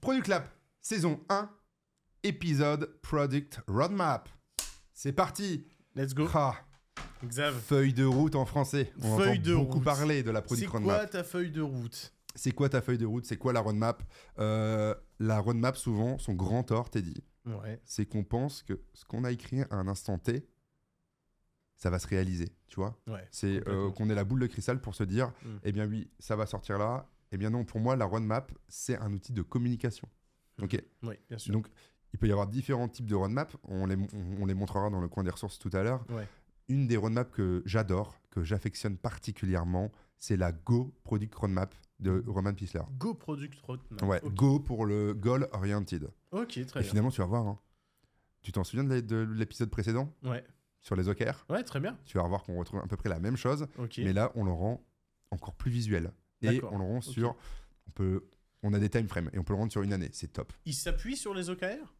Product Lab, saison 1, épisode Product Roadmap. C'est parti Let's go. Ah, Xav, Feuille de route en français. On Feuille entend de beaucoup route. parler de la c'est Product Roadmap. quoi ta feuille de route C'est quoi ta feuille de route C'est quoi la roadmap Euh, La roadmap, souvent, son grand tort, Teddy, Ouais. c'est qu'on pense que ce qu'on a écrit à un instant T, ça va se réaliser, tu vois Ouais. C'est euh, Complètement. qu'on ait la boule de cristal pour se dire, Mm. eh bien oui, ça va sortir là. Eh bien non, pour moi, la roadmap, c'est un outil de communication. Mm. Ok Oui, bien sûr. Donc, il peut y avoir différents types de roadmaps. On les, on- on les montrera dans le coin des ressources tout à l'heure. Ouais. Une des roadmaps que j'adore, que j'affectionne particulièrement, c'est la Go Product Roadmap de Roman Pisler. Go Product Roadmap. Ouais, Mm. Ok, Go pour le Goal Oriented. Ok, Et très bien. finalement, tu vas voir. hein. Tu t'en souviens de l'é- de l'épisode précédent Ouais. sur les OKR ouais, très bien. Tu vas voir qu'on retrouve à peu près la même chose, Ok. mais là, on le rend encore plus visuel. Et D'accord, on le rend ok. sur. On, peut, on a des time frames et on peut le rendre sur une année. C'est top. Il s'appuie sur les OKR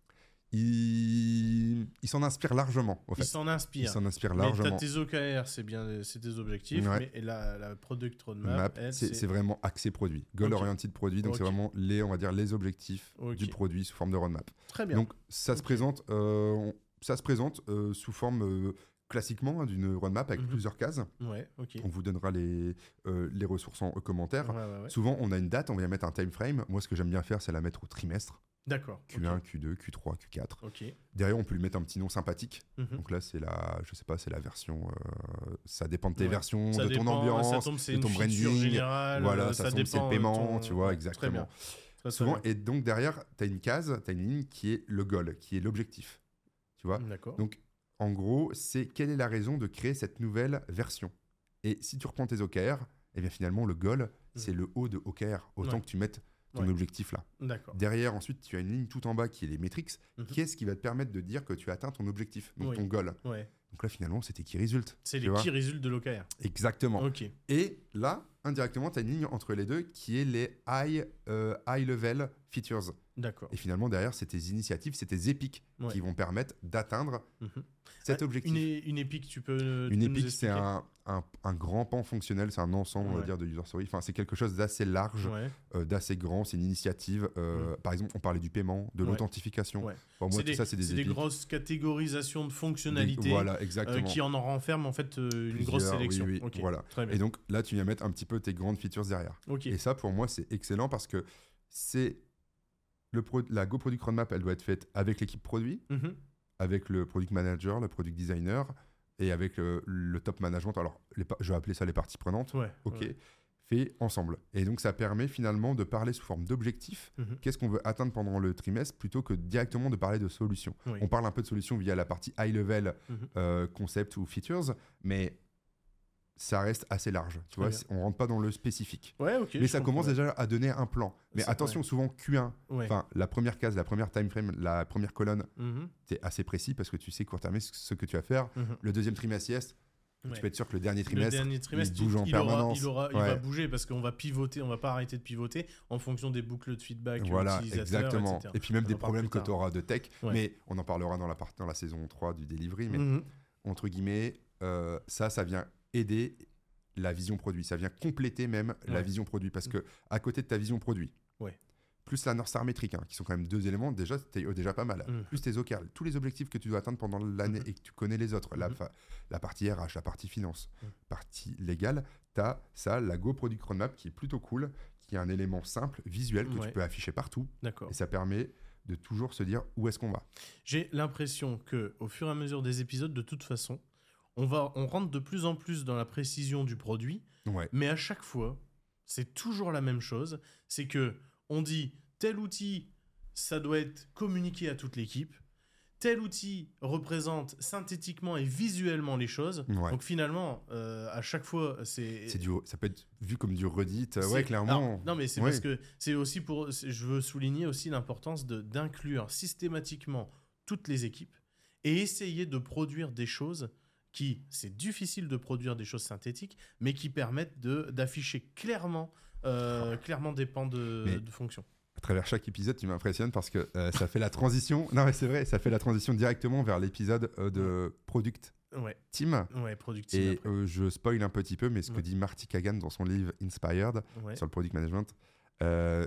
Il, il s'en inspire largement, au fait. Il s'en Il inspire. s'en inspire Mais t'as largement. tes OKR, c'est bien, c'est tes objectifs, Ouais. mais et la, la Product Map, Roadmap, elle, c'est c'est vraiment axé produit, goal Ok. oriented produit, donc c'est Ok. vraiment les, on va dire, les objectifs Ok. du produit sous forme de roadmap. Très bien. Donc ça se Ok. présente, euh, on- ça se présente euh, sous forme euh, classiquement hein, d'une roadmap avec Mhm. plusieurs cases. ouais, ok. On vous donnera les, euh, les ressources en commentaire. Ouais, ouais, ouais. Souvent, on a une date, on vient mettre un time frame. Moi, ce que j'aime bien faire, c'est la mettre au trimestre. D'accord. Q1, Q2, Q3, Q4. Ok. Derrière, on peut lui mettre un petit nom sympathique. Mhm. Donc là, c'est la, je sais pas, c'est la version. euh, ça dépend de tes Ouais. versions, Ça de dépend, ton ambiance. ça tombe, c'est de une ton feature branding. générale, Voilà, euh, ça ça tombe, c'est dépend. le euh, paiement, ton- tu vois, ouais, Très exactement. bien. Très, très Souvent, bien. et donc derrière, tu as une case, tu as une ligne qui est le goal, qui est l'objectif. Tu vois D'accord. Donc, en gros, c'est quelle est la raison de créer cette nouvelle version Et si tu reprends tes OKR, eh bien finalement, le goal, c'est le haut de OKR. Autant Mm. Ouais. que tu mettes ton Ouais. objectif là. D'accord. Derrière, ensuite, tu as une ligne tout en bas qui est les métriques. Mhm. Qu'est-ce qui va te permettre de dire que tu as atteint ton objectif, donc Oui. ton goal Ouais. Donc là, finalement, c'était qui résulte. C'est Tu les vois qui résultats de l'OKR. Exactement. Ok. Et là, indirectement, tu as une ligne entre les deux qui est les high, euh, high level features. D'accord. Et finalement, derrière, c'est tes initiatives, c'est tes épiques Ouais. qui vont permettre d'atteindre Mhm. cet Ah, objectif. Une, é- une épique, tu peux. tu Une peux nous épique, c'est expliquer un, un- un grand pan fonctionnel, c'est un ensemble, on va Ouais. dire, de user story. Enfin, c'est quelque chose d'assez large, Ouais. euh, d'assez grand. C'est une initiative. euh, Par exemple, on parlait du paiement, de Ouais. l'authentification. Ouais. Pour moi, C'est tout ça, c'est des c'est des épiques. grosses catégorisations de Des- fonctionnalités Voilà, euh, exactement. qui en renferment en fait euh, une grosse Plusieurs, oui, sélection. oui, Ok, voilà. Très bien. Et donc, là, tu viens mettre un petit peu tes grandes features derrière. ok. Et ça, pour moi, c'est excellent parce que c'est le pro- la Go Product Roadmap, elle doit être faite avec l'équipe produit, Mhm. avec le product manager, le product designer et avec euh, le top management. Alors, les pa- je vais appeler ça les parties prenantes. Ouais. Ok. ouais. Fait ensemble. Et donc, ça permet finalement de parler sous forme d'objectifs. Mhm. Qu'est-ce qu'on veut atteindre pendant le trimestre plutôt que directement de parler de solutions Oui. On parle un peu de solutions via la partie high level, Mhm. euh, concept ou features, mais ça reste assez large. Tu Très vois, bien. c'est- on rentre pas dans le spécifique Ouais, ok. mais je ça comprends commence bien. déjà à donner un plan. Mais C'est- attention, souvent Q1, Ouais. enfin la première case, la première time frame, la première colonne, Mhm. t'es assez précis parce que tu sais court terme ce que tu vas faire. Mhm. Le deuxième trimestre, yes, Ouais. tu peux être sûr que le dernier Le trimestre, dernier trimestre, bouge en aura- permanence. il, aura, il Ouais. va bouger parce qu'on va pivoter, on va pas arrêter de pivoter en fonction des boucles de feedback euh, voilà, utilisateurs, exactement. etc. Et puis même On en des parle problèmes plus que tard. tu auras de tech, Ouais. mais on en parlera dans la, part- dans la saison 3 du delivery. Mais Mhm. entre guillemets, euh, ça, ça vient aider la vision produit. Ça vient compléter même la Ouais. Mm. vision produit parce que à côté de ta vision produit, Ouais. plus la North Star métrique, hein, qui sont quand même deux éléments, déjà, t'es euh, déjà pas mal. Mhm. Plus tes OKR, tous les objectifs que tu dois atteindre pendant l'année Mhm. et que tu connais les autres, la, Mhm. fa- la partie RH, la partie finance, Mhm. partie légale, t'as ça, la Go Product Roadmap qui est plutôt cool, qui est un élément simple, visuel, que Ouais. tu peux afficher partout D'accord. et ça permet de toujours se dire où est-ce qu'on va. J'ai l'impression que au fur et à mesure des épisodes, de toute façon, on va, on rentre de plus en plus dans la précision du produit, Ouais. mais à chaque fois, c'est toujours la même chose. C'est que on dit tel outil, ça doit être communiqué à toute l'équipe. Tel outil représente synthétiquement et visuellement les choses. Ouais. Donc finalement, euh, à chaque fois, c'est C'est du, ça peut être vu comme du redit. euh, c'est- Ouais, clairement. Alors, non, mais c'est Ouais. parce que c'est aussi pour. c'est- Je veux souligner aussi l'importance de- d'inclure systématiquement toutes les équipes et essayer de produire des choses qui, c'est difficile de produire des choses synthétiques, mais qui permettent de d'afficher clairement, euh, clairement des pans Ah. Mais- de, de fonction. à travers chaque épisode, tu m'impressionnes parce que euh, ça fait la transition. Non, mais c'est vrai, ça fait la transition directement vers l'épisode euh, de Product Ouais, Team. ouais, productif. Et euh, je spoil un petit peu, mais ce que Ouais. dit Marty Kagan dans son livre Inspired après. Ouais. sur le product management, euh,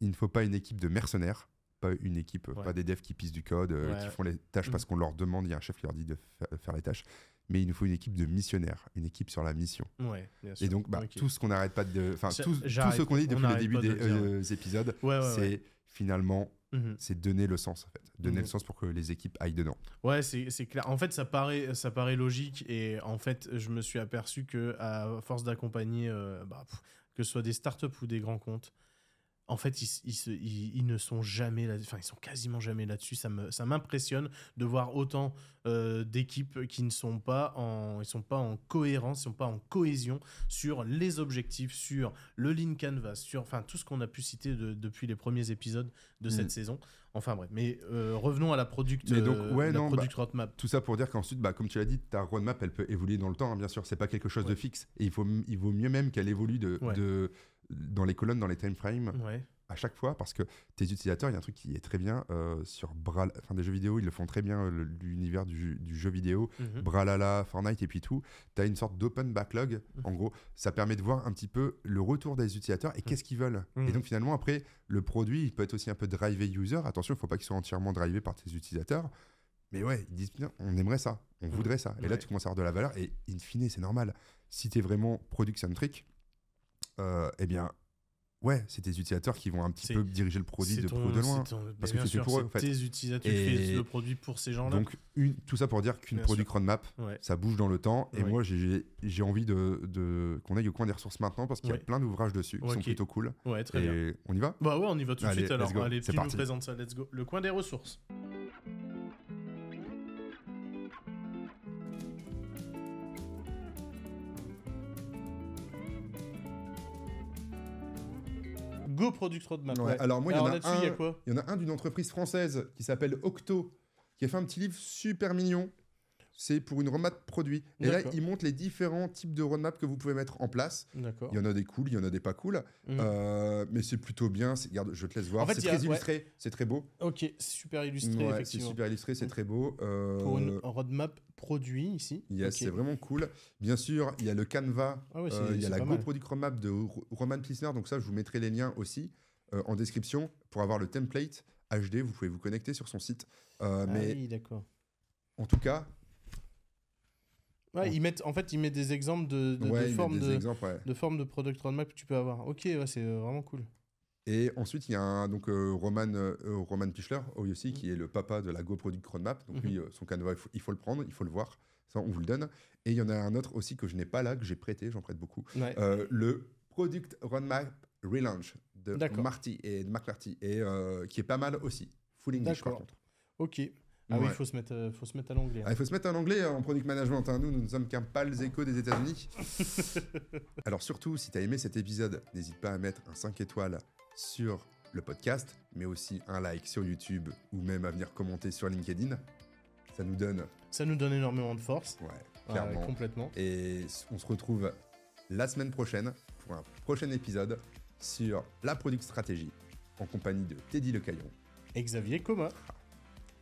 il ne faut pas une équipe de mercenaires, pas une équipe, euh, Ouais. pas des devs qui pissent du code, euh, Ouais. Mmh. qui font les tâches parce qu'on leur demande, il y a un chef qui leur dit de fa- faire les tâches. Mais il nous faut une équipe de missionnaires, une équipe sur la mission. Ouais, bien sûr. Et donc, bah, Ok. tout ce qu'on n'arrête pas de. Enfin, Ça- tout, tout j'arrête- ce qu'on dit on depuis le n'arrête début pas de des le dire, euh, épisodes, Ouais, ouais, c'est ouais. finalement, Mhm. c'est donner le sens, en fait. Donner Mhm. le sens pour que les équipes aillent dedans. Ouais, c'est c'est clair. En fait, ça paraît, ça paraît logique. Et en fait, je me suis aperçu que à force d'accompagner, euh, bah, pff, que ce soit des startups ou des grands comptes, en fait, ils, s- ils se- ils- ils ne sont jamais là. Enfin, ils sont quasiment jamais là-dessus. Ça me- ça m'impressionne de voir autant euh, d'équipes qui ne sont pas en, ils sont pas en cohérence, ils sont pas en cohésion sur les objectifs, sur le Lean Canvas, sur enfin tout ce qu'on a pu citer de- depuis les premiers épisodes de cette Mm. saison. Enfin bref, mais euh, revenons à la product, Mais donc, euh, ouais, la non, bah product roadmap. Tout ça pour dire qu'ensuite, bah, comme tu l'as dit, ta roadmap, elle peut évoluer dans le temps, hein, bien sûr. C'est pas quelque chose de Ouais. fixe. Et il, faut, m- il vaut mieux même qu'elle évolue de, Ouais. Mm. de- dans les colonnes, dans les time frames, Ouais. à chaque fois, parce que tes utilisateurs, il y a un truc qui est très bien euh, sur Bral... enfin, des jeux vidéo, ils le font très bien, euh, le- l'univers du, jeu- du jeu vidéo, Mhm. Bralala, Fortnite et puis tout. Tu as une sorte d'open backlog. Mm. En gros, ça permet de voir un petit peu le retour des utilisateurs et qu'est-ce qu'ils veulent. Mhm. Et donc, finalement, après, le produit, il peut être aussi un peu drivé user. Attention, il faut pas qu'il soit entièrement drivé par tes utilisateurs. Mais ouais, ils disent, Tiens, on aimerait ça, on Mhm. voudrait ça. Et là, Ouais. tu commences à avoir de la valeur. Et in fine, c'est normal. Si tu es vraiment product-centric, euh, eh bien, ouais, c'est tes utilisateurs qui vont un petit C'est- peu diriger le produit C'est de ton- pro de loin. c'est ton- Parce mais que bien c'est sûr, pour eux, c'est en fait. tes utilisateurs, tu Et- fais le produit pour ces gens-là. Donc, une, tout ça pour dire qu'une Bien sûr. product roadmap, Ouais. ça bouge dans le temps. Et Oui. moi, j'ai- j'ai envie de, de- qu'on aille au coin des ressources maintenant parce qu'il y Oui. a plein d'ouvrages dessus qui Ok. sont plutôt cool. ouais, très bien. et on y va Bah ouais, on y va tout de Allez, suite alors. let's go. Allez, C'est tu nous parti. présentes ça, let's go. Le coin des ressources. Go Product Roadmap. Ouais, Alors, moi, il y, alors en a là-dessus, il y a un- quoi il y en a un d'une entreprise française qui s'appelle Octo, qui a fait un petit livre super mignon. C'est pour une roadmap produit. Et là, D'accord. il montre les différents types de roadmap que vous pouvez mettre en place. D'accord. Il y en a des cool, il y en a des pas cool. Mm. Euh, mais c'est plutôt bien. C'est- Regarde, je te laisse voir. En fait, c'est il y a- très ouais. illustré, c'est très beau. Ok, c'est super illustré, Ouais, c'est effectivement. super illustré, c'est Mm. très beau. Euh, Pour une roadmap produit ici. Yes, Ok. c'est vraiment cool. Bien sûr, il y a le Canva, Ah ouais, c'est- euh, il y c'est a la pas Go mal. Product Roadmap de Ro- Roman Plisner, donc ça, je vous mettrai les liens aussi euh, en description pour avoir le template HD. Vous pouvez vous connecter sur son site. Euh, Ah mais oui, d'accord. en tout cas, Ouais, on- ils mettent, en fait, ils mettent des exemples de, de, ouais, de il y a formes des de, exemples. ouais. de formes de product roadmap que tu peux avoir. Ok, ouais, c'est euh, vraiment cool. Et ensuite, il y a un, donc euh, Roman, euh, euh, Roman Pichler, oui, aussi, qui est le papa de la Go Product Roadmap. Donc Mm. Mhm. lui, euh, son Canva, il faut, il faut le prendre, il faut le voir. Ça, on vous le donne. Et il y en a un autre aussi que je n'ai pas là, que j'ai prêté, j'en prête beaucoup. Ouais. Euh, le Product Roadmap Relaunch de D'accord. Marty et de Mark Marty, et euh, qui est pas mal aussi. Full English par D'accord. contre. ok. Ah oui, Ouais. il faut se mettre, euh, faut se mettre à l'anglais. Ah, il faut se mettre en anglais euh, en product management. hein. Nous, nous ne sommes qu'un pâle écho des États-Unis. Alors, surtout, si tu as aimé cet épisode, n'hésite pas à mettre un 5 étoiles sur le podcast, mais aussi un like sur YouTube ou même à venir commenter sur LinkedIn. Ça nous donne, Ça nous donne énormément de force. ouais, Ouais, clairement. complètement. Et on se retrouve la semaine prochaine pour un prochain épisode sur la product stratégie en compagnie de Teddy Lecaillon. Et Xavier Coma.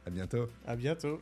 À bientôt. À bientôt.